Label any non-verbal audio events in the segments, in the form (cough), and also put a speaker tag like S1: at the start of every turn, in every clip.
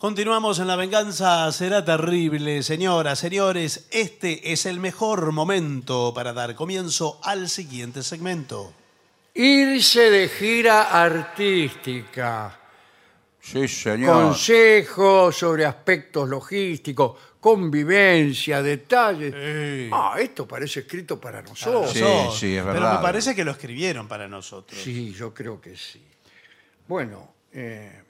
S1: Continuamos en La Venganza Será Terrible. Señoras, señores, este es el mejor momento para dar comienzo al siguiente segmento.
S2: Irse de gira artística.
S3: Sí, señor.
S2: Consejos sobre aspectos logísticos, convivencia, detalles. Ah, esto parece escrito para nosotros.
S3: Sí,
S1: Nosotros.
S3: sí, es
S1: Pero
S3: verdad.
S1: me parece que lo escribieron para nosotros. (laughs)
S2: Sí, yo creo que sí. Bueno, eh,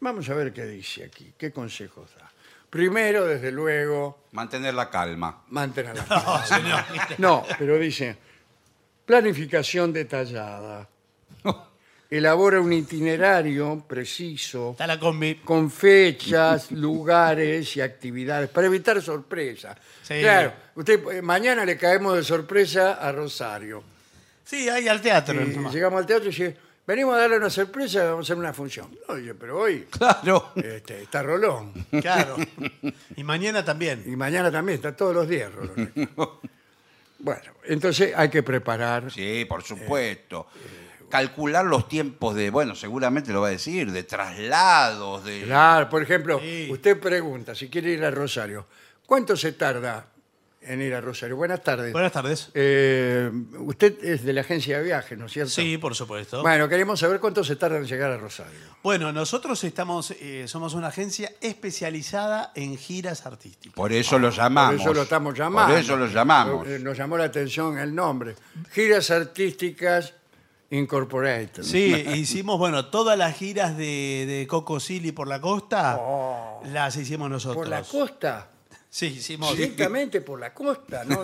S2: vamos a ver qué dice aquí, qué consejos da. Primero, desde luego,
S3: Mantener la calma. (laughs)
S2: mantener (laughs) la
S1: No, Oh, señor.
S2: No, pero dice, planificación (laughs) detallada. Elabora un itinerario preciso
S1: Está la combi.
S2: con fechas, (laughs) lugares y actividades para evitar sorpresas.
S1: Sí.
S2: Claro, usted eh, mañana le caemos de sorpresa a Rosario.
S1: Sí, ahí al teatro.
S2: Y
S1: nomás.
S2: llegamos al teatro y dice, venimos a darle una sorpresa, vamos a hacer una función. Oye, pero hoy
S3: Claro.
S2: este, está Rolón.
S1: Claro. Y mañana también.
S2: Y mañana también, está todos los días
S1: (laughs)
S2: Rolón. bueno, entonces hay que preparar.
S3: Sí, por supuesto. Calcular los tiempos de, bueno, seguramente lo va a decir, de traslados, de...
S2: Claro, por ejemplo,
S1: Sí.
S2: usted pregunta si quiere ir a Rosario. ¿Cuánto se tarda en ir a Rosario? Buenas tardes.
S1: Buenas tardes.
S2: Eh, usted es de la agencia de viajes, ¿no es cierto?
S1: Sí, por supuesto.
S2: Bueno, queremos saber cuánto se tarda en llegar a Rosario.
S1: Bueno, nosotros estamos, eh, somos una agencia especializada en giras artísticas.
S3: Por eso lo llamamos.
S2: Por eso lo estamos llamando.
S3: Por eso lo llamamos.
S2: Eh, Nos llamó la atención el nombre. Giras Artísticas Incorporated.
S3: (laughs)
S1: Sí, hicimos, bueno, todas las giras de, de Coco Silly por la costa las hicimos nosotros.
S2: Oh, Por la costa.
S1: Sí, hicimos.
S2: Directamente por la costa. No,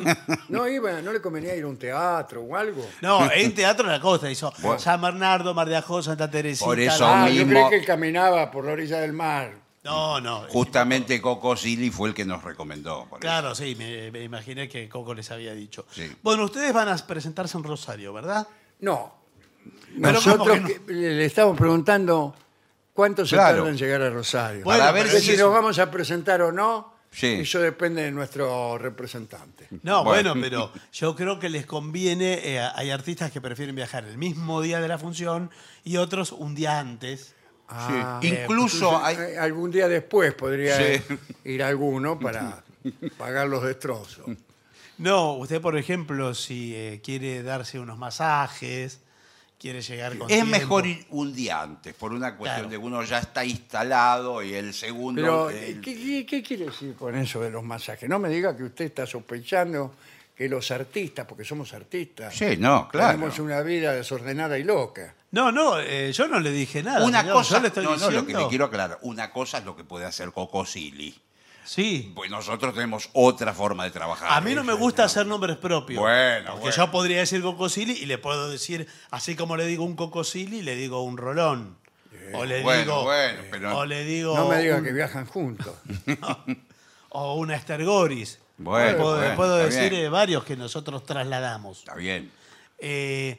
S2: no iba, no le convenía ir a un teatro o algo.
S1: No, en Teatro de la Costa hizo
S3: Bueno.
S1: San Bernardo, Mar de Ajó, Santa Teresita.
S3: Por eso
S1: la-
S2: Ah, yo creí
S3: mismo.
S2: que él caminaba por la orilla del mar.
S1: No, no.
S3: Justamente Coco Silly fue el que nos recomendó. por eso.
S1: Claro, sí, me, me imaginé que Coco les había dicho.
S3: Sí.
S1: Bueno, ustedes van a presentarse en Rosario, ¿verdad?
S2: No.
S1: Pero
S2: Nosotros
S1: ¿cómo que
S2: que- le estamos preguntando cuánto se
S3: Claro.
S2: tarda en llegar a Rosario.
S1: Bueno,
S3: Para ver
S1: pero
S2: Porque
S3: si
S2: si
S3: es-
S2: nos vamos a presentar o no,
S3: Sí.
S2: eso depende de nuestro representante.
S1: No, bueno,
S3: Bueno.
S1: pero
S3: (laughs)
S1: yo creo que les conviene. eh, hay artistas que prefieren viajar el mismo día de la función y otros un día antes.
S2: Ah,
S3: Sí. Incluso
S2: entonces,
S3: hay-
S2: eh, algún día después podría
S3: Sí.
S2: eh, ir alguno
S3: (laughs)
S2: para pagar los destrozos.
S1: No, usted, por ejemplo, si eh, quiere darse unos masajes, quiere llegar con.
S3: Es
S1: tiempo.
S3: mejor ir un día antes, por una cuestión
S1: Claro.
S3: de que uno ya está instalado y el segundo...
S2: Pero, eh,
S3: el-
S2: ¿qué, qué, qué quiere decir con eso de los masajes? No me diga que usted está sospechando que los artistas, porque somos artistas,
S3: Sí, no, claro.
S2: tenemos una vida desordenada y loca.
S1: No, no, eh, yo no le dije nada.
S3: Una
S1: señor,
S3: cosa,
S1: yo le estoy
S3: no, no,
S1: diciendo.
S3: lo que le quiero aclarar, una cosa es lo que puede hacer Coco Silly.
S1: Sí.
S3: Pues nosotros tenemos otra forma de trabajar.
S1: A mí no me gusta hacer nombres propios.
S3: Ah, Bueno,
S1: Porque
S3: bueno.
S1: yo podría decir Cocosili y le puedo decir, así como le digo un Cocosili, le digo un Rolón. o le
S3: Eh, bueno,
S1: digo.
S3: bueno, pero-
S1: O le digo.
S2: No me diga
S1: un-
S2: que viajan
S3: (laughs)
S2: juntos.
S1: o una Estergoris.
S3: Bueno,
S1: puedo
S3: bueno,
S1: puedo
S3: está
S1: decir
S3: bien.
S1: eh, varios que nosotros trasladamos.
S3: Está bien.
S1: Eh,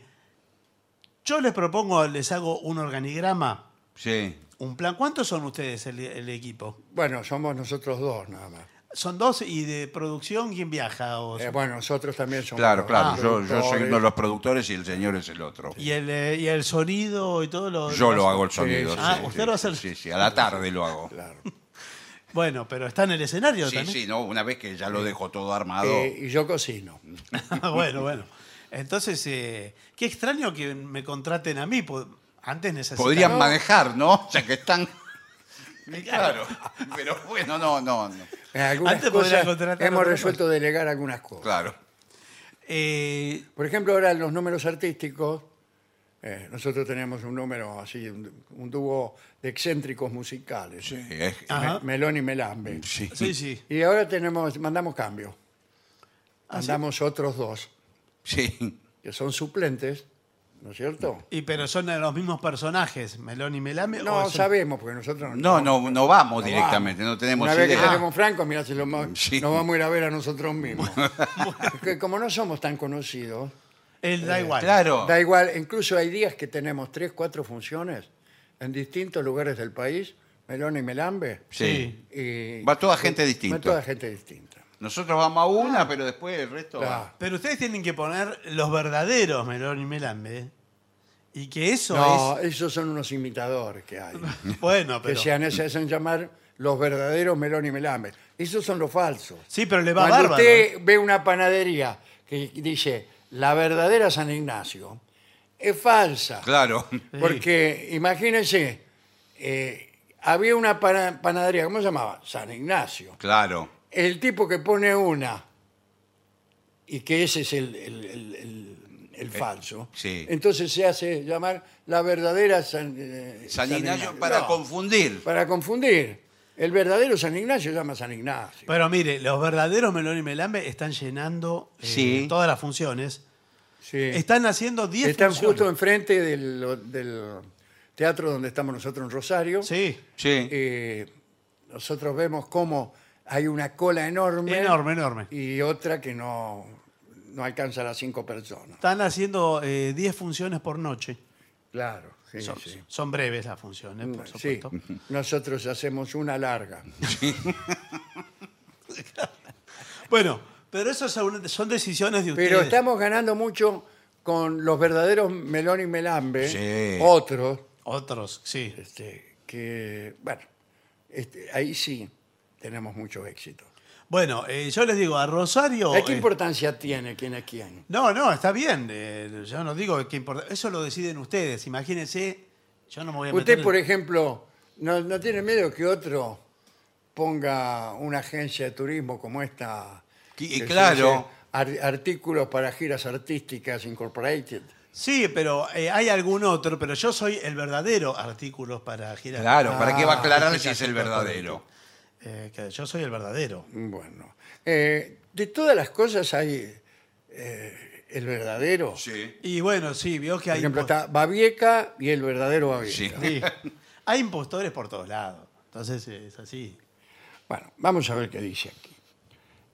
S1: yo les propongo, les hago un organigrama,
S3: Sí.
S1: un plan. ¿Cuántos son ustedes el, el equipo?
S2: Bueno, somos nosotros dos nada más.
S1: Son dos y de producción, ¿quién viaja? O-
S2: Eh, bueno, nosotros también somos.
S3: Claro, claro.
S1: Ah.
S3: yo, yo soy uno de
S2: productores.
S3: los productores y el señor es el otro.
S1: y, el, eh, y el sonido y todo lo
S3: Yo lo
S1: hace-
S3: hago el sonido.
S2: sí,
S3: sí,
S1: ah,
S3: sí,
S1: usted lo hace el-
S3: Sí, sí, a la tarde lo hago.
S2: Claro.
S1: Bueno, pero está en el escenario
S3: Sí,
S1: también.
S3: sí, no, una vez que ya lo dejo todo armado.
S2: Eh, y yo
S3: (laughs)
S2: cocino.
S1: (laughs) bueno, bueno. Entonces, eh, qué extraño que me contraten a mí. po- Antes necesitaba...
S3: Podrían manejar, ¿no? (laughs) Ya que están. (laughs) Claro. Pero bueno, no, no, no.
S2: En algunas
S1: Antes podría
S2: cosas
S1: contratar
S2: hemos
S1: otra
S2: resuelto delegar algunas cosas.
S3: Claro.
S1: Eh,
S2: Por ejemplo, ahora los números artísticos. eh, nosotros tenemos un número así, un, un dúo de excéntricos musicales.
S3: Sí, es-
S1: ajá.
S2: Me- Melón y Melambe.
S3: sí.
S1: Sí, sí.
S2: Y ahora tenemos, mandamos cambio.
S1: ¿Ah,
S2: Mandamos otros dos,
S3: Sí.
S2: que son suplentes, ¿no es cierto?
S1: Y pero son los mismos personajes, Melón y Melame.
S2: No
S1: o son-
S2: sabemos, porque nosotros
S3: No, no, no vamos
S2: No
S3: directamente, no tenemos
S2: Una vez que
S3: idea.
S2: tenemos Franco, mirá, si lo mo-
S3: (laughs) Sí.
S2: nos vamos a ir a ver a nosotros
S3: (laughs)
S2: mismos. (laughs) Que como no somos tan conocidos,
S1: Él da igual.
S3: eh, Claro.
S2: da igual, incluso hay días que tenemos tres, cuatro funciones en distintos lugares del país, Melón y Melambe.
S3: Sí.
S2: y-
S3: Va toda gente
S2: y-
S3: distinta.
S2: Va toda gente distinta.
S3: Nosotros vamos a una, pero después el resto. va.
S2: Claro.
S1: Pero ustedes tienen que poner los verdaderos Melón y Melame. Y que eso
S2: No, esos son unos imitadores que hay.
S1: es... Bueno,
S2: (laughs) que
S1: pero...
S2: se han- se hacen llamar los verdaderos melón y melames. Esos son los falsos.
S1: Sí, pero le va
S2: Cuando
S1: bárbaro.
S2: usted ve una panadería que dice la verdadera San Ignacio, es falsa.
S3: Claro. (laughs)
S2: Porque imagínense, eh, había una pana- panadería, ¿cómo se llamaba? San Ignacio.
S3: Claro.
S2: El tipo que pone una, y que ese es el, el- el- el- el falso,
S3: Eh, sí.
S2: entonces se hace llamar la verdadera San, eh,
S3: San Ignacio
S2: Ignacio.
S3: para
S2: No,
S3: confundir.
S2: para confundir. El verdadero San Ignacio se llama San Ignacio.
S1: Pero mire, los verdaderos melón y melambe están llenando eh,
S3: Sí.
S1: todas las funciones.
S2: Sí.
S3: este
S1: Están haciendo 10
S2: Están
S1: funciones.
S2: justo enfrente del, del teatro donde estamos nosotros en Rosario.
S1: Sí.
S3: Sí.
S2: Eh, nosotros vemos cómo hay una cola enorme.
S1: Enorme, enorme.
S2: Y otra que no, no alcanza a las cinco personas.
S1: Están haciendo eh, 10 funciones por noche.
S2: Claro, sí,
S1: Son,
S2: sí.
S1: son breves las funciones, por
S2: Sí, Mm.
S1: supuesto.
S2: nosotros hacemos una
S1: (laughs)
S2: larga.
S1: Bueno, pero eso son, son decisiones de ustedes.
S2: Pero estamos ganando mucho con los verdaderos melón y melambe,
S3: Sí.
S2: otros,
S1: Otros, sí.
S2: este, que, bueno, este, ahí sí tenemos mucho éxito.
S1: Bueno, eh, yo les digo, a Rosario...
S2: ¿A ¿Qué
S1: eh,
S2: importancia tiene quién es quién?
S1: no, no, está bien. eh, yo no digo que importa. Eso lo deciden ustedes. Imagínense, yo no me voy a meter...
S2: Usted, por ejemplo, no, no tiene miedo que otro ponga una agencia de turismo como esta.
S3: Y- y
S2: que
S3: claro.
S2: surge ar- artículos para giras artísticas incorporated.
S1: Sí, pero eh, hay algún otro, pero yo soy el verdadero artículo para girar.
S3: Claro, ¿para qué va a
S1: Ah, (laughs)
S3: aclarar
S1: este
S3: si es el verdadero?
S1: Eh, que yo soy el verdadero.
S2: Bueno, eh, de todas las cosas hay eh, el verdadero.
S3: Sí.
S1: Y bueno, sí, vio que
S2: Por
S1: hay,
S2: ejemplo,
S1: impo-
S2: está Babieca y el verdadero Babieca.
S3: Sí.
S1: sí. hay impostores por todos lados. Entonces eh, es así.
S2: Bueno, vamos a ver qué dice aquí.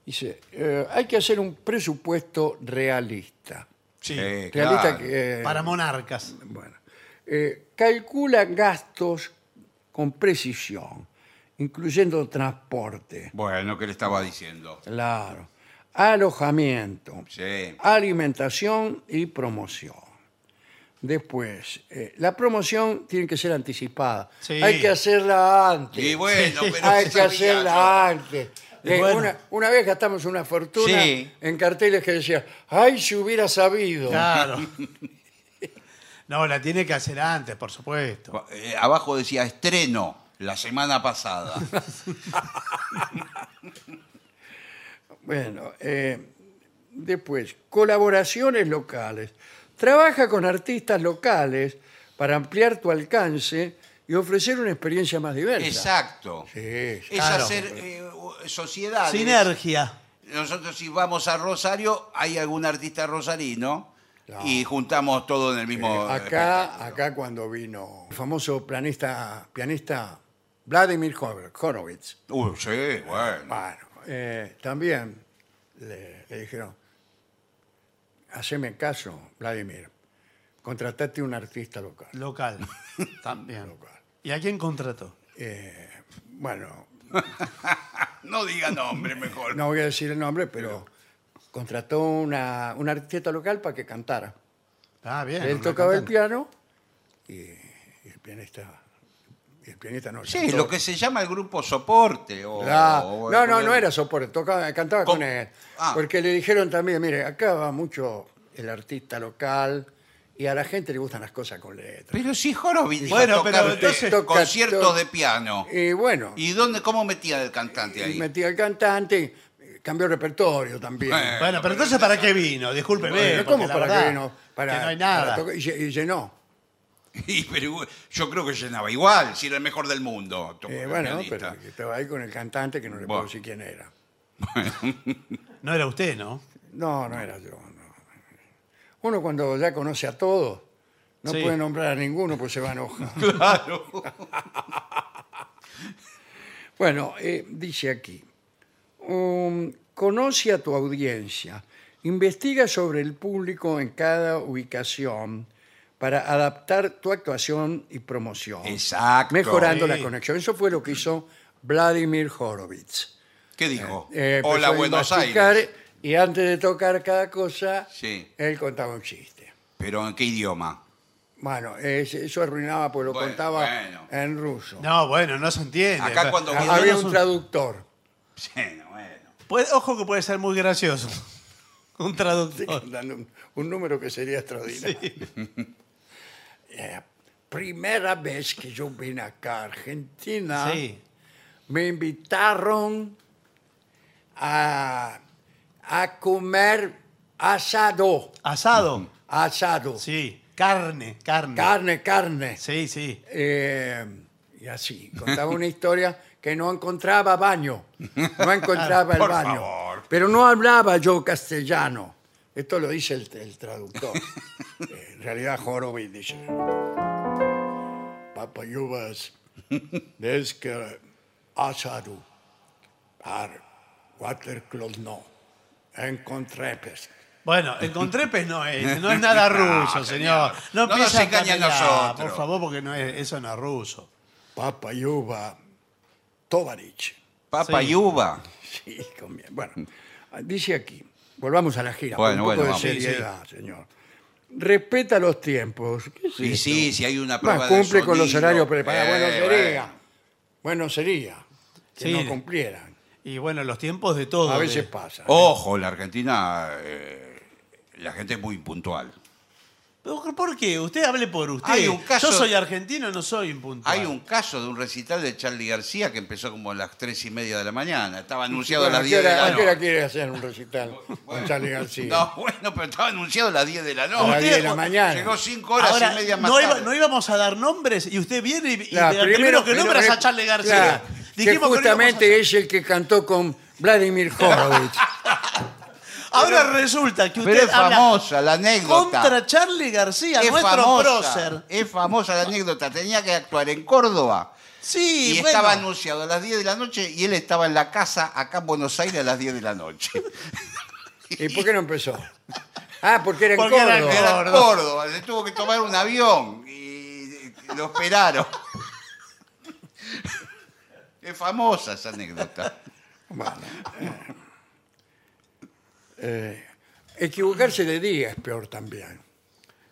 S2: Dice, eh, hay que hacer un presupuesto realista.
S1: Sí.
S3: Eh,
S2: Realista
S3: claro.
S2: que, eh,
S1: Para monarcas.
S2: Bueno, eh, calcula gastos con precisión, incluyendo transporte,
S3: Bueno, ¿qué le estaba diciendo?
S2: claro, alojamiento,
S3: Sí.
S2: alimentación y promoción. Después, eh, la promoción tiene que ser anticipada.
S1: Sí.
S2: Hay que hacerla antes.
S3: Y bueno, pero.
S2: Hay
S3: sí
S2: que
S3: sabía yo.
S2: hacerla antes. Eh,
S1: Bueno.
S2: una, una vez gastamos una fortuna
S3: Sí.
S2: en carteles que decían, ay, si hubiera sabido.
S1: Claro. (laughs) No, la tiene que hacer antes, por supuesto.
S2: ah.
S3: Eh, abajo decía estreno la semana pasada.
S2: (laughs) Bueno, eh, después, colaboraciones locales. Trabaja con artistas locales para ampliar tu alcance y ofrecer una experiencia más diversa.
S3: Exacto.
S2: Sí, Ah, sí.
S3: Es
S1: Claro.
S3: hacer eh, sociedades.
S2: er-
S1: Sinergia.
S3: Nosotros si vamos a Rosario, hay algún artista rosarino
S2: Claro.
S3: y juntamos todo en el mismo...
S2: Eh,
S3: eh,
S2: acá,
S3: espectáculo.
S2: acá cuando vino el famoso pianista, pianista Vladimir Hor- Horowitz.
S3: Uh, sí, bueno.
S2: Bueno, eh, también le, le dijeron, haceme caso, Vladimir, contratate un artista local.
S1: Local. También.
S2: Local.
S1: ¿Y a quién contrató?
S2: Eh, bueno,
S3: No diga nombre mejor.
S2: no voy a decir el nombre, pero contrató una, un artista local para que cantara.
S1: Ah, bien.
S2: Él
S1: una
S2: tocaba el
S1: cantante.
S2: piano y, y el pianista. y el pianista no.
S3: Sí,
S2: cantó.
S3: lo que se llama el grupo soporte. O,
S2: La-
S1: Oh,
S3: o-
S2: no, no, no era soporte, tocaba, cantaba
S3: Con-
S2: con él.
S3: Ah.
S2: Porque le dijeron también, mire, acá va mucho el artista local y a la gente le gustan las cosas con letras.
S3: Pero si Horowitz
S1: Bueno,
S3: bueno,
S1: pero
S3: entonces,
S1: entonces-
S3: conciertos
S2: Toca- to-
S3: de piano.
S2: Y bueno,
S3: ¿Y dónde, cómo metía el cantante ahí?
S2: metió al cantante, eh, cambió el repertorio también.
S3: Eh,
S1: Bueno, pero entonces ¿para qué vino? Discúlpeme.
S2: Bueno,
S1: porque
S2: ¿Cómo
S1: la
S2: para
S1: verdad
S2: que no? Para,
S1: que no hay
S2: para
S1: nada.
S2: tocar- y, lle- y llenó.
S3: (laughs) Y, pero yo creo que llenaba igual, si era el mejor del mundo. tocó
S2: Eh,
S3: el
S2: bueno,
S3: pianista.
S2: pero estaba ahí con el cantante que no le puedo
S3: Bueno.
S2: decir quién era.
S1: No era usted, ¿no?
S2: No, no era yo. no. Uno cuando ya conoce a todos, no
S1: Sí.
S2: puede nombrar a ninguno pues se va a enojar.
S3: Claro.
S2: (laughs) Bueno, eh, dice aquí, um, conoce a tu audiencia, investiga sobre el público en cada ubicación para adaptar tu actuación y promoción,
S3: Exacto.
S2: mejorando
S1: Sí.
S2: la conexión. Eso fue lo que hizo Vladimir Horowitz.
S3: ¿Qué dijo?
S2: Eh, empezó
S3: Hola,
S2: a
S3: Buenos
S2: investigar
S3: Aires.
S2: Y antes de tocar cada cosa,
S3: Sí.
S2: él contaba un chiste.
S3: ¿Pero en qué idioma? (laughs)
S2: Bueno, es- eso arruinaba, pues lo
S3: Bueno,
S2: contaba
S3: bueno.
S2: en ruso.
S1: No, bueno, no se entiende.
S3: Acá cuando
S1: Por lo
S2: Ah, Había
S1: menos
S2: un
S1: un- (laughs)
S2: traductor.
S3: Sí, bueno.
S1: puede- ojo que puede ser muy gracioso. (laughs) un
S2: (laughs)
S1: traductor.
S2: dando un, un número que sería extraordinario. (laughs) Eh, primera vez que yo vine acá a Argentina,
S1: Sí.
S2: me invitaron a, a comer asado.
S1: Asado.
S2: Asado.
S1: Sí. Carne, carne.
S2: Carne, carne.
S1: sí, sí.
S2: Eh, y así, contaba una historia que no encontraba baño, no encontraba el
S3: (laughs) Por
S2: baño.
S3: favor.
S2: Pero no hablaba yo castellano. Esto lo dice el, el
S3: (laughs)
S2: traductor. Eh, en realidad, Horowitz dice: Papayubas, es que asaru, ar, watercloth no, encontré pues".
S1: Bueno, el contrepes no es,
S2: (laughs)
S1: no es
S2: Ah,
S1: nada ruso, señor. No,
S3: No nos
S1: empiece a
S3: engañe a
S1: camelar,
S3: nosotros.
S1: Por favor, porque no es, eso no es ruso.
S2: Papayuba, Tovarich.
S3: Papa
S1: Sí.
S3: y uva.
S2: Sí, conviene. Bueno, dice aquí, volvamos a la gira,
S3: Bueno,
S2: con un poco
S3: bueno,
S2: de
S3: vamos.
S2: seriedad, señor. Respeta los tiempos. ¿Qué es
S3: Sí,
S2: esto?
S3: sí, si hay una prueba
S2: Más
S3: de
S2: cumple con los
S3: sonido.
S2: horarios preparados.
S3: Eh,
S2: bueno,
S3: bueno.
S2: sería. Bueno, sería que
S1: Sí.
S2: no cumplieran.
S1: Y bueno, los tiempos de todo.
S2: A
S1: de-
S2: veces pasa.
S3: Ojo, la Argentina, eh, la gente es muy impuntual.
S1: Pero, ¿Por qué? Usted hable por usted.
S3: Hay un caso-
S1: Yo soy argentino, no soy impuntual.
S3: Hay un caso de un recital de Charlie García que empezó como a las tres y media de la mañana. Estaba anunciado
S2: Bueno,
S3: a
S2: ¿a
S3: las
S2: qué
S3: 10 de
S2: hora-
S3: la
S2: a qué hora
S3: noche.
S2: quiere hacer un
S3: (laughs)
S2: recital con Charlie García?
S3: No, bueno, pero estaba anunciado a las 10 de la noche.
S2: A las 10 de la
S3: Llegó-
S2: mañana.
S3: Llegó cinco horas
S1: Ahora,
S3: y media más
S1: no, iba-
S3: tarde.
S1: no íbamos a dar nombres y usted viene y, y
S2: Claro,
S1: el primero, que
S2: pero
S1: nombras
S2: re-
S1: a Charlie García.
S2: claro, que
S1: Dijimos que no íbamos a
S2: justamente es el que cantó con Vladimir Horowitz.
S1: Ahora resulta que usted
S3: Pero es
S1: habla
S3: famosa la anécdota.
S1: contra Charlie García,
S3: es
S1: nuestro
S3: famosa,
S1: prócer.
S3: es famosa la anécdota. Tenía que actuar en Córdoba.
S1: Sí,
S3: Y,
S1: bueno.
S3: estaba anunciado a las 10 de la noche y él estaba en la casa acá en Buenos Aires a las 10 de la noche.
S2: ¿Y por qué no empezó? Ah, porque era en
S1: Porque era en
S2: Córdoba.
S3: Era
S1: Gordo.
S3: Córdoba, se tuvo que tomar un avión y lo esperaron. Es famosa esa anécdota.
S2: Bueno, eh, eh, equivocarse de día es peor también.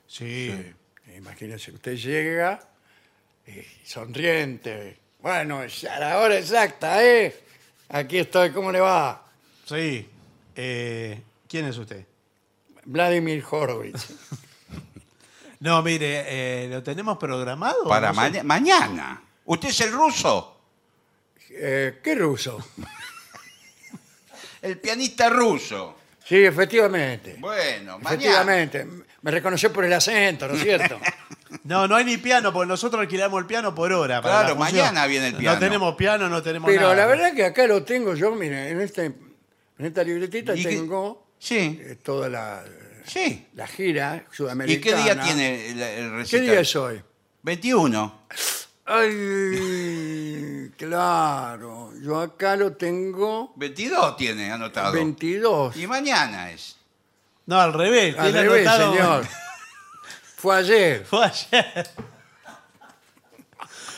S1: Sí.
S2: Imagínense, usted llega y sonriente. Bueno, es a la hora exacta, ¿eh? Aquí estoy, ¿cómo le va?
S1: Sí. Eh, ¿Quién es usted?
S2: Vladimir Horowitz.
S1: No, mire, eh, ¿lo tenemos programado?
S3: Para
S1: No sé.
S3: maña- mañana. ¿Usted es el ruso?
S2: Eh, ¿Qué ruso?
S3: El pianista ruso.
S2: Sí, efectivamente.
S3: Bueno, mañana.
S2: efectivamente. Me reconoció por el acento, ¿no es
S3: (laughs)
S2: cierto?
S1: No, no hay ni piano, porque nosotros alquilamos el piano por hora. para
S3: Claro,
S1: la función.
S3: mañana viene el
S1: No
S3: piano.
S1: tenemos piano, no tenemos
S2: Pero
S1: nada.
S2: la verdad que acá lo tengo yo, mire, en, este, en esta libretita
S3: ¿Y qué-
S2: tengo
S3: Sí,
S2: eh, toda la...
S3: sí.
S2: la gira
S3: ¿Y
S2: sudamericana.
S3: qué día tiene el, el
S2: ¿Qué
S3: recital?
S2: día es hoy?
S3: 21.
S1: (laughs)
S2: Ay, claro. Yo acá lo tengo
S3: 22 tiene anotado.
S2: 22.
S3: Y mañana es.
S1: No, al revés.
S2: Al
S1: tiene
S2: revés,
S1: anotado-
S2: señor. Fue ayer.
S1: (laughs) Fue ayer.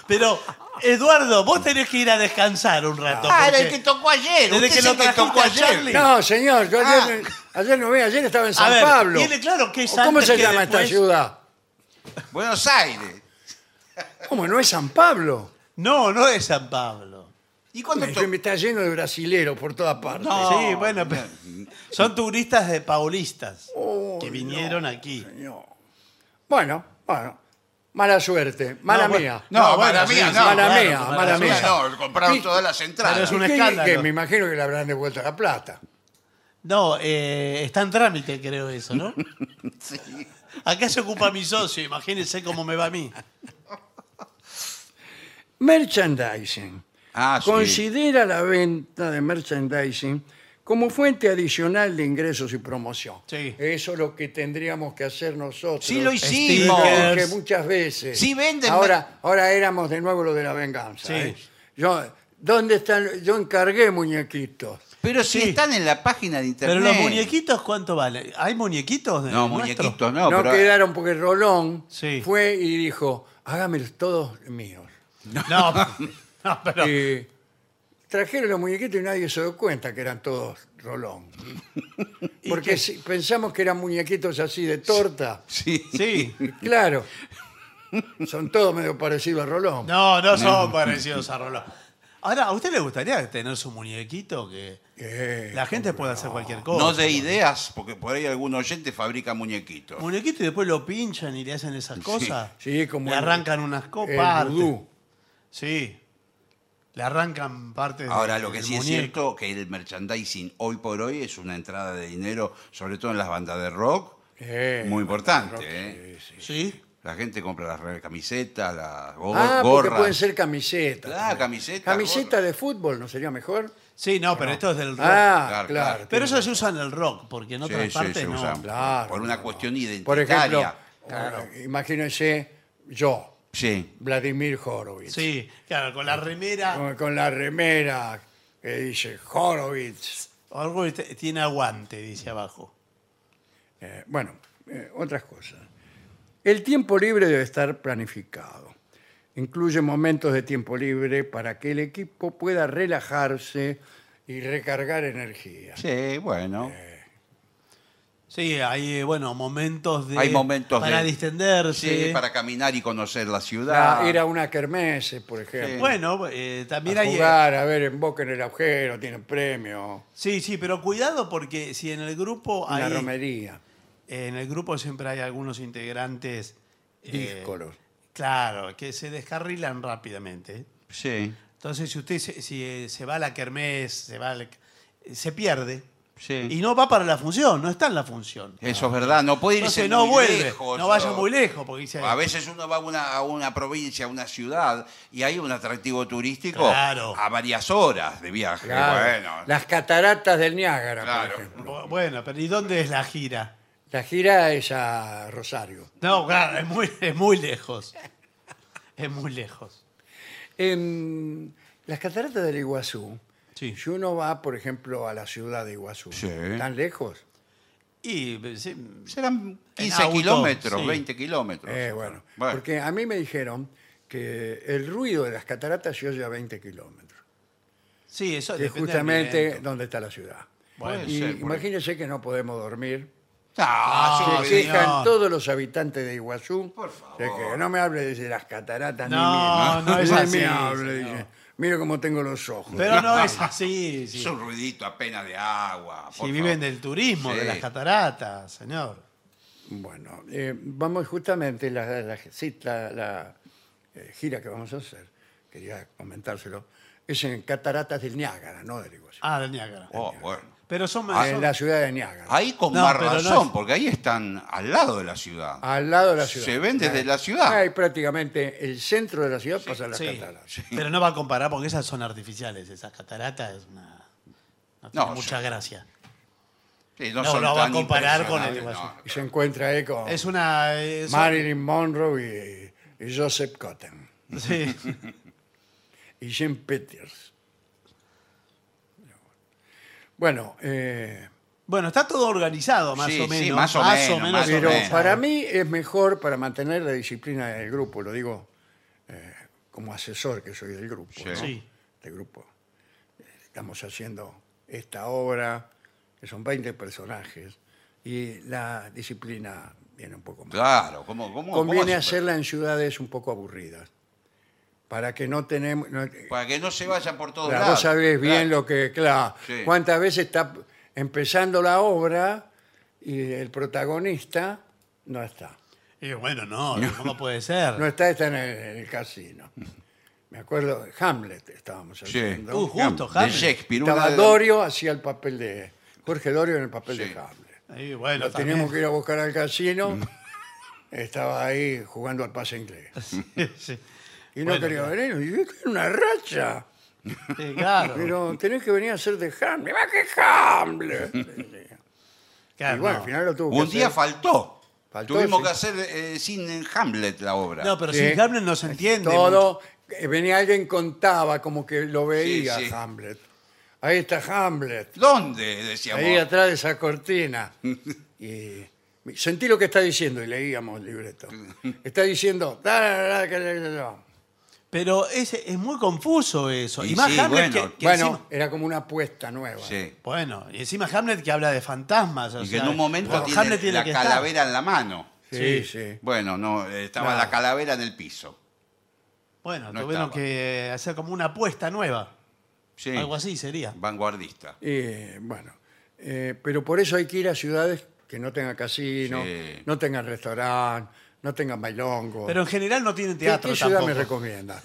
S1: Pero, Eduardo, vos tenés que ir a descansar un rato.
S3: Ah, era
S1: porque-
S3: el que tocó ayer.
S1: Desde
S3: Usted
S1: que
S3: es
S1: lo
S3: el que
S1: trajiste
S3: tocó
S1: a
S3: ayer.
S1: Charlie.
S2: No, señor, yo ayer, ayer no vi, ayer estaba en San
S1: Ah. ver,
S2: Pablo.
S1: tiene claro que es
S2: ¿Cómo
S1: antes
S2: se
S1: que
S2: llama
S1: después?
S2: esta ciudad?
S3: Buenos Aires.
S2: ¿Cómo no es San Pablo?
S1: No, no es San Pablo.
S3: ¿Y cuándo
S2: Me,
S3: tocó?
S2: me está lleno de brasileros por todas partes.
S3: No,
S1: sí, bueno, pero son turistas de paulistas
S2: Oh,
S1: que vinieron
S2: no,
S1: aquí.
S2: señor. Bueno, bueno. Mala suerte, mala
S1: No, bueno,
S2: mía.
S3: No,
S1: No,
S3: mala
S1: bueno,
S3: mía,
S1: sí,
S3: no.
S2: mala
S1: claro,
S2: mía,
S1: mala
S2: mala
S1: mía.
S2: mía.
S3: No, compraron
S2: Y-
S3: todas las entradas.
S1: Pero es un
S2: ¿Qué-
S1: escándalo.
S2: que me imagino que le habrán devuelto la plata.
S1: No, eh, está en trámite, creo eso,
S3: (laughs)
S1: ¿no? Acá se ocupa mi socio, imagínense cómo me va a mí.
S2: Merchandising.
S3: Ah, sí.
S2: Considera la venta de merchandising como fuente adicional de ingresos y promoción.
S1: Sí.
S2: Eso es lo que tendríamos que hacer nosotros.
S3: Sí, lo
S1: hicimos.
S3: hicimos.
S1: Stickers.
S2: Que muchas veces.
S3: Sí, venden
S2: Ahora, ahora éramos de nuevo lo de la venganza.
S1: Sí.
S2: ¿eh? Yo, ¿dónde están? Yo encargué muñequitos.
S3: Pero si
S1: Sí.
S3: están en la página de internet.
S1: Pero los muñequitos, ¿cuánto vale? ¿Hay muñequitos? de-
S3: No,
S1: nuestros?
S3: muñequitos
S2: No,
S3: no, pero.
S2: quedaron porque Rolón
S1: Sí.
S2: fue y dijo, hágamelos todos míos.
S1: No, no, pero
S2: Y trajeron los muñequitos y nadie se dio cuenta que eran todos Rolón.
S1: ¿Y
S2: Porque
S1: qué?
S2: si- pensamos que eran muñequitos así de torta.
S3: Sí.
S1: Sí.
S2: (laughs) Claro. Son todos medio parecidos a Rolón.
S1: No, no son parecidos a Rolón. Ahora, ¿a usted le gustaría tener su muñequito? Que
S2: Eh,
S1: la gente pueda hacer cualquier cosa.
S3: No de ideas, porque por ahí algún oyente fabrica muñequitos.
S1: Muñequito y después lo pinchan y le hacen esas cosas.
S2: Sí, como
S1: Le
S2: el-
S1: arrancan unas
S2: el
S1: copas.
S2: vudú.
S1: Sí. Le arrancan partes
S3: Ahora,
S1: del-
S3: lo que
S1: del
S3: sí es
S1: muñeco.
S3: cierto que el merchandising hoy por hoy es una entrada de dinero, sobre todo en las bandas de rock,
S2: Eh,
S3: muy importante.
S2: rock,
S3: ¿eh?
S1: Sí.
S3: La gente compra las re- camisetas, las go-
S2: Ah, porque
S3: gorras.
S2: pueden ser camisetas.
S3: Claro, camisetas,
S2: Camiseta
S3: gorras.
S2: de fútbol, ¿no sería mejor?
S1: Sí, no, pero esto es del rock.
S2: Ah, claro.
S3: Claro, claro.
S1: pero eso se usa en el rock, porque en
S3: Sí,
S1: otras
S3: sí,
S1: partes
S3: se
S1: no.
S3: usan
S2: Claro,
S3: por una
S2: no.
S3: cuestión identitaria.
S2: Por ejemplo, imagínense yo,
S3: sí,
S2: Vladimir Horowitz,
S1: Sí, claro, con la remera.
S2: con, con la remera que dice Horowitz.
S1: Algo que te- tiene aguante, dice abajo.
S2: Eh, bueno, eh, otras cosas. El tiempo libre debe estar planificado. Incluye momentos de tiempo libre para que el equipo pueda relajarse y recargar energía.
S3: sí, bueno.
S1: Sí, hay, eh, bueno, momentos de.
S3: Hay momentos
S1: Para
S3: de-
S1: distenderse.
S3: Sí, para caminar y conocer la ciudad.
S2: Ah, ir a una kermese, por ejemplo.
S1: Bueno, eh, también
S2: a
S1: hay. eh,
S2: jugar, a ver en Boca en el agujero, tienen premio,
S1: Sí, sí, pero cuidado porque si en el grupo
S2: una
S1: hay.
S2: romería,
S1: En el grupo siempre hay algunos integrantes. eh,
S2: díscolos.
S1: claro, que se descarrilan rápidamente.
S3: Sí,
S1: Entonces, si usted se, si, eh, se va a la kermés, se va al- se pierde.
S3: sí.
S1: Y no va para la función, no está en la función.
S3: Eso es verdad, no puede irse
S1: Entonces no
S3: muy
S1: vuelve,
S3: lejos,
S1: no vaya
S3: o-
S1: muy lejos, porque dice,
S3: A veces uno va a una, a una provincia, a una ciudad, y hay un atractivo turístico
S1: Claro.
S3: a varias horas de viaje.
S2: Claro.
S3: Bueno,
S2: Las cataratas del Niágara,
S3: Claro.
S2: por ejemplo.
S1: "Bu- bueno, pero ¿y dónde es la gira?
S2: La gira es a Rosario.
S1: No, claro, es muy, es muy lejos. Es muy lejos.
S2: En Em, las cataratas del Iguazú,
S1: Sí.
S2: si uno va, por ejemplo, a la ciudad de Iguazú,
S3: Sí.
S2: tan lejos,
S1: Y eh, sí,
S3: serán
S1: En
S3: 15
S1: auto,
S3: kilómetros,
S1: sí.
S3: 20 kilómetros.
S2: eh, bueno, porque a mí me dijeron que el ruido de las cataratas se oye a 20 kilómetros,
S1: sí, eso
S2: que es
S1: depende del
S2: justamente
S1: momento.
S2: donde está la ciudad.
S1: Bueno,
S3: Puede
S2: Y
S3: ser, por ahí.
S2: imagínense que no podemos dormir,
S3: Ah,
S1: No,
S3: sí,
S2: se
S1: sí.
S3: sí.
S2: quejan
S1: señor.
S2: todos los habitantes de Iguazú.
S3: Por favor.
S2: de que no me hable de las
S1: No,
S2: cataratas (laughs) ni mierda.
S1: no es
S2: Ni
S1: así,
S2: me hable,
S1: señor.
S2: dice. Mira cómo tengo los ojos.
S1: Pero no
S2: (laughs)
S1: es así. sí.
S3: Es un ruidito apenas de agua.
S1: Si
S3: por
S1: viven
S3: favor.
S1: del turismo, de
S3: Sí.
S1: las cataratas, señor.
S2: Bueno, eh, vamos justamente la, la, sí, la- la, eh, gira que vamos a hacer. Quería comentárselo. Es en Cataratas del Niágara, no del Iguazú.
S1: Ah, del Niágara.
S3: Oh, bueno.
S1: Pero son,
S2: Ah, en
S1: son-
S2: la ciudad de Niágara.
S3: Ah, Ahí con
S1: No,
S3: más
S1: pero no
S3: razón,
S1: es-
S3: porque ahí están al lado de la ciudad.
S2: Al lado de la ciudad.
S3: Se ven desde
S2: Ahí-
S3: la ciudad.
S2: Ahí prácticamente el centro de la ciudad pasa a las
S1: sí,
S2: cataratas.
S1: Pero no va a comparar porque esas son artificiales, esas cataratas es una- no tiene
S3: No,
S1: mucha
S3: sí.
S1: gracia.
S3: Sí,
S1: No,
S3: son
S1: no va a
S3: tan
S1: comparar con el
S3: impresionables,
S2: Y se encuentra ahí con...
S1: Es una eh, es-
S2: Marilyn Monroe y, y Joseph Cotton
S1: sí.
S2: y Jim Peters. Bueno, eh,
S1: Bueno, está todo organizado más
S3: Sí,
S1: o
S3: sí,
S1: menos,
S3: más o menos, más o
S2: pero
S3: menos. ¿eh?
S2: para mí es mejor para mantener la disciplina del grupo, lo digo eh, como asesor que soy del grupo.
S3: Sí.
S2: ¿no?
S1: Sí.
S2: Del grupo. Eh, Estamos haciendo esta obra, que son 20 personajes, y la disciplina viene un poco
S3: ¿no?
S2: más.
S3: Claro, ¿cómo, cómo, cómo
S2: Conviene
S3: hace?
S2: hacerla en ciudades un poco aburridas, para que no tenemos... no-
S3: Para que no se vayan por todos
S2: Claro,
S3: lados.
S2: vos sabés bien
S3: Claro.
S2: lo que, claro,
S3: Sí.
S2: cuántas veces está empezando la obra y el protagonista no está.
S1: Y bueno,
S2: (laughs)
S1: no, ¿cómo puede ser?
S2: No está, está en el, en el casino. Me acuerdo, Hamlet estábamos
S3: Sí.
S2: haciendo.
S1: Uh, justo,
S3: de
S1: Hamlet.
S3: Shakespeare. una
S2: Estaba
S3: de-
S2: Dorio, hacía el papel de... Jorge Dorio en el papel
S3: Sí. Mm.
S2: de Hamlet.
S1: Y bueno,
S2: Lo
S1: también.
S2: teníamos que ir a buscar al casino. Estaba ahí jugando al pase inglés.
S1: (laughs) Sí,
S2: Y no
S1: Bueno,
S2: quería venir. Y yo estoy en una racha.
S1: sí, claro.
S2: Pero tenés que venir a hacer de Hamlet. ¡Va que Hamlet!
S1: (laughs) Claro,
S2: Y bueno,
S1: no.
S2: al final lo tuvo que
S3: Un día
S2: hacer.
S3: faltó.
S2: Faltó,
S3: Tuvimos
S2: sí.
S3: que hacer eh, sin Hamlet la obra.
S1: No, pero
S2: Sí.
S1: sin Hamlet no se entiende. mucho.
S2: Todo, eh, venía alguien contaba como que lo veía
S3: Sí, sí.
S2: Hamlet. Ahí está Hamlet,
S3: ¿Dónde? Decíamos.
S2: ahí atrás de esa cortina. y sentí lo que está diciendo y leíamos el libreto. Está diciendo... "Da, da, da, da, da, da".
S1: Pero es, es muy confuso eso.
S3: Y
S1: Y, más
S3: sí,
S1: Hamlet
S3: bueno,
S1: que, que
S2: Bueno,
S1: encima-
S2: era como una apuesta nueva.
S3: Sí.
S1: bueno, y encima Hamlet que habla de fantasmas. o
S3: Y que
S1: sea,
S3: en un momento
S1: bueno,
S3: tiene,
S1: Hamlet tiene
S3: la
S1: que estar.
S3: calavera en la mano.
S2: sí.
S1: Sí.
S2: sí.
S3: Bueno, no, eh, estaba
S2: No.
S3: la calavera en el piso.
S1: Bueno,
S3: No
S1: tuvieron
S3: estaba.
S1: que hacer como una apuesta nueva.
S3: Sí.
S1: Algo así sería.
S3: Vanguardista.
S2: Eh, bueno, eh, pero por eso hay que ir a ciudades que no tengan casino,
S3: Sí.
S2: no tengan restaurante, no tengan bailongo.
S1: Pero en general no tienen
S2: ¿Qué,
S1: teatro
S2: qué ciudad me
S1: tampoco.
S2: recomienda?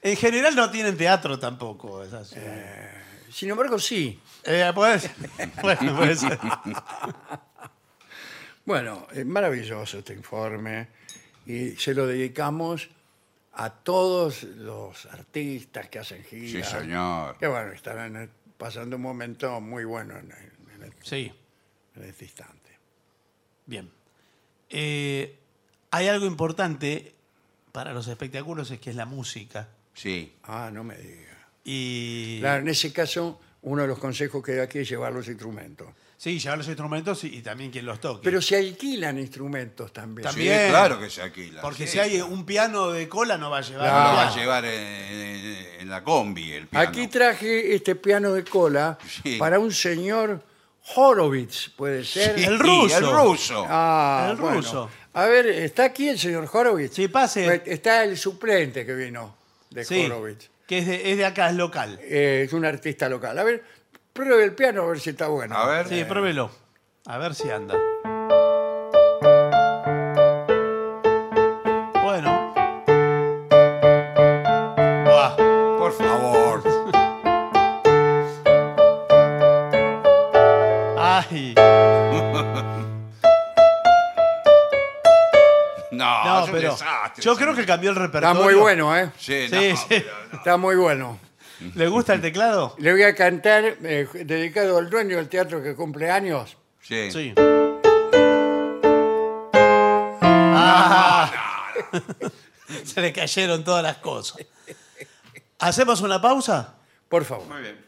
S1: En general no tienen teatro tampoco. esas ciudades.
S2: Sin embargo, sí.
S1: Eh, pues, (laughs) bueno, pues,
S3: (laughs)
S2: Bueno, es maravilloso este informe y se lo dedicamos a todos los artistas que hacen
S3: Sí,
S2: giras.
S3: señor.
S2: Que bueno, estarán eh, pasando un momento muy bueno en, en- en-
S1: sí,
S2: en este instante.
S1: bien. Eh, hay algo importante para los espectáculos es que es la música.
S3: Sí.
S2: Ah, no me diga.
S1: Y
S2: Claro, en ese caso, uno de los consejos que da aquí es llevar los instrumentos.
S1: sí, llevar los instrumentos y, y también quien los toque.
S2: Pero se alquilan instrumentos también.
S3: Sí,
S1: También.
S3: claro que se alquila.
S1: Porque
S3: sí.
S1: si hay un piano de cola no va a llevar.
S3: Lo
S2: Claro.
S1: un
S3: va a
S1: piano.
S3: llevar eh, en, en la combi el piano.
S2: Ah. Aquí traje este piano de cola
S3: Sí.
S2: para un señor Horowitz, puede ser.
S3: Sí,
S1: el ruso.
S3: El ruso.
S2: Ah,
S1: El
S2: bueno.
S1: ruso.
S2: A ver, ¿está aquí el señor Horowitz?
S1: Sí, pase.
S2: Pues Está el suplente que vino de
S1: Sí,
S2: Horowitz.
S1: que es de, es de acá, es local.
S2: Eh, es un artista local. A ver, pruebe el piano a ver si está bueno.
S3: A ver. eh,
S1: Sí, pruébelo. A ver si anda. Bueno. Buah,
S3: Por favor.
S1: (laughs) Ay.
S3: No,
S1: No,
S3: es un
S1: pero.
S3: desastre.
S1: Yo creo que cambió el
S2: Está
S1: repertorio.
S2: muy bueno, ¿eh?
S3: Sí,
S1: Sí,
S3: no,
S1: sí.
S3: pero no.
S2: Está muy bueno.
S1: ¿Le gusta el teclado?
S2: Le voy a cantar eh, dedicado al dueño del teatro que cumple años.
S3: Sí.
S1: Sí. Ah. (laughs) Se le cayeron todas las cosas. ¿Hacemos una pausa?
S2: Por favor.
S3: Muy bien.